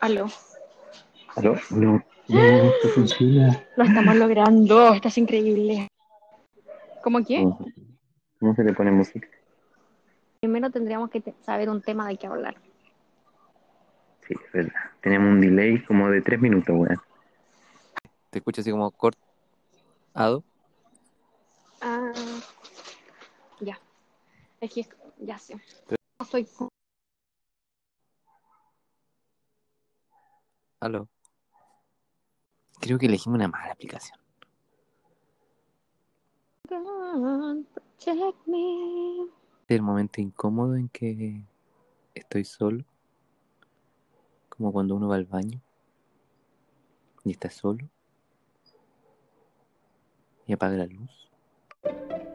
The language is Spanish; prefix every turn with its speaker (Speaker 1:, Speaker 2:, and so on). Speaker 1: Aló.
Speaker 2: ¿Aló? No, no, esto funciona.
Speaker 1: Lo estamos logrando. Esto es increíble. ¿Cómo
Speaker 3: Oh.
Speaker 1: qué?
Speaker 2: ¿Cómo, cómo se le pone música?
Speaker 1: Primero tendríamos que te- saber un tema de qué hablar.
Speaker 2: Sí, es verdad. Tenemos un delay como de tres minutos, weón.
Speaker 3: Te escucho así como cortado.
Speaker 1: Ah, ya. Es que ya sé. No soy
Speaker 3: Aló. Creo que elegimos una mala aplicación.
Speaker 1: Don't protect me.
Speaker 3: El momento incómodo en que estoy solo. Como cuando uno va al baño. Y está solo. Y apaga la luz.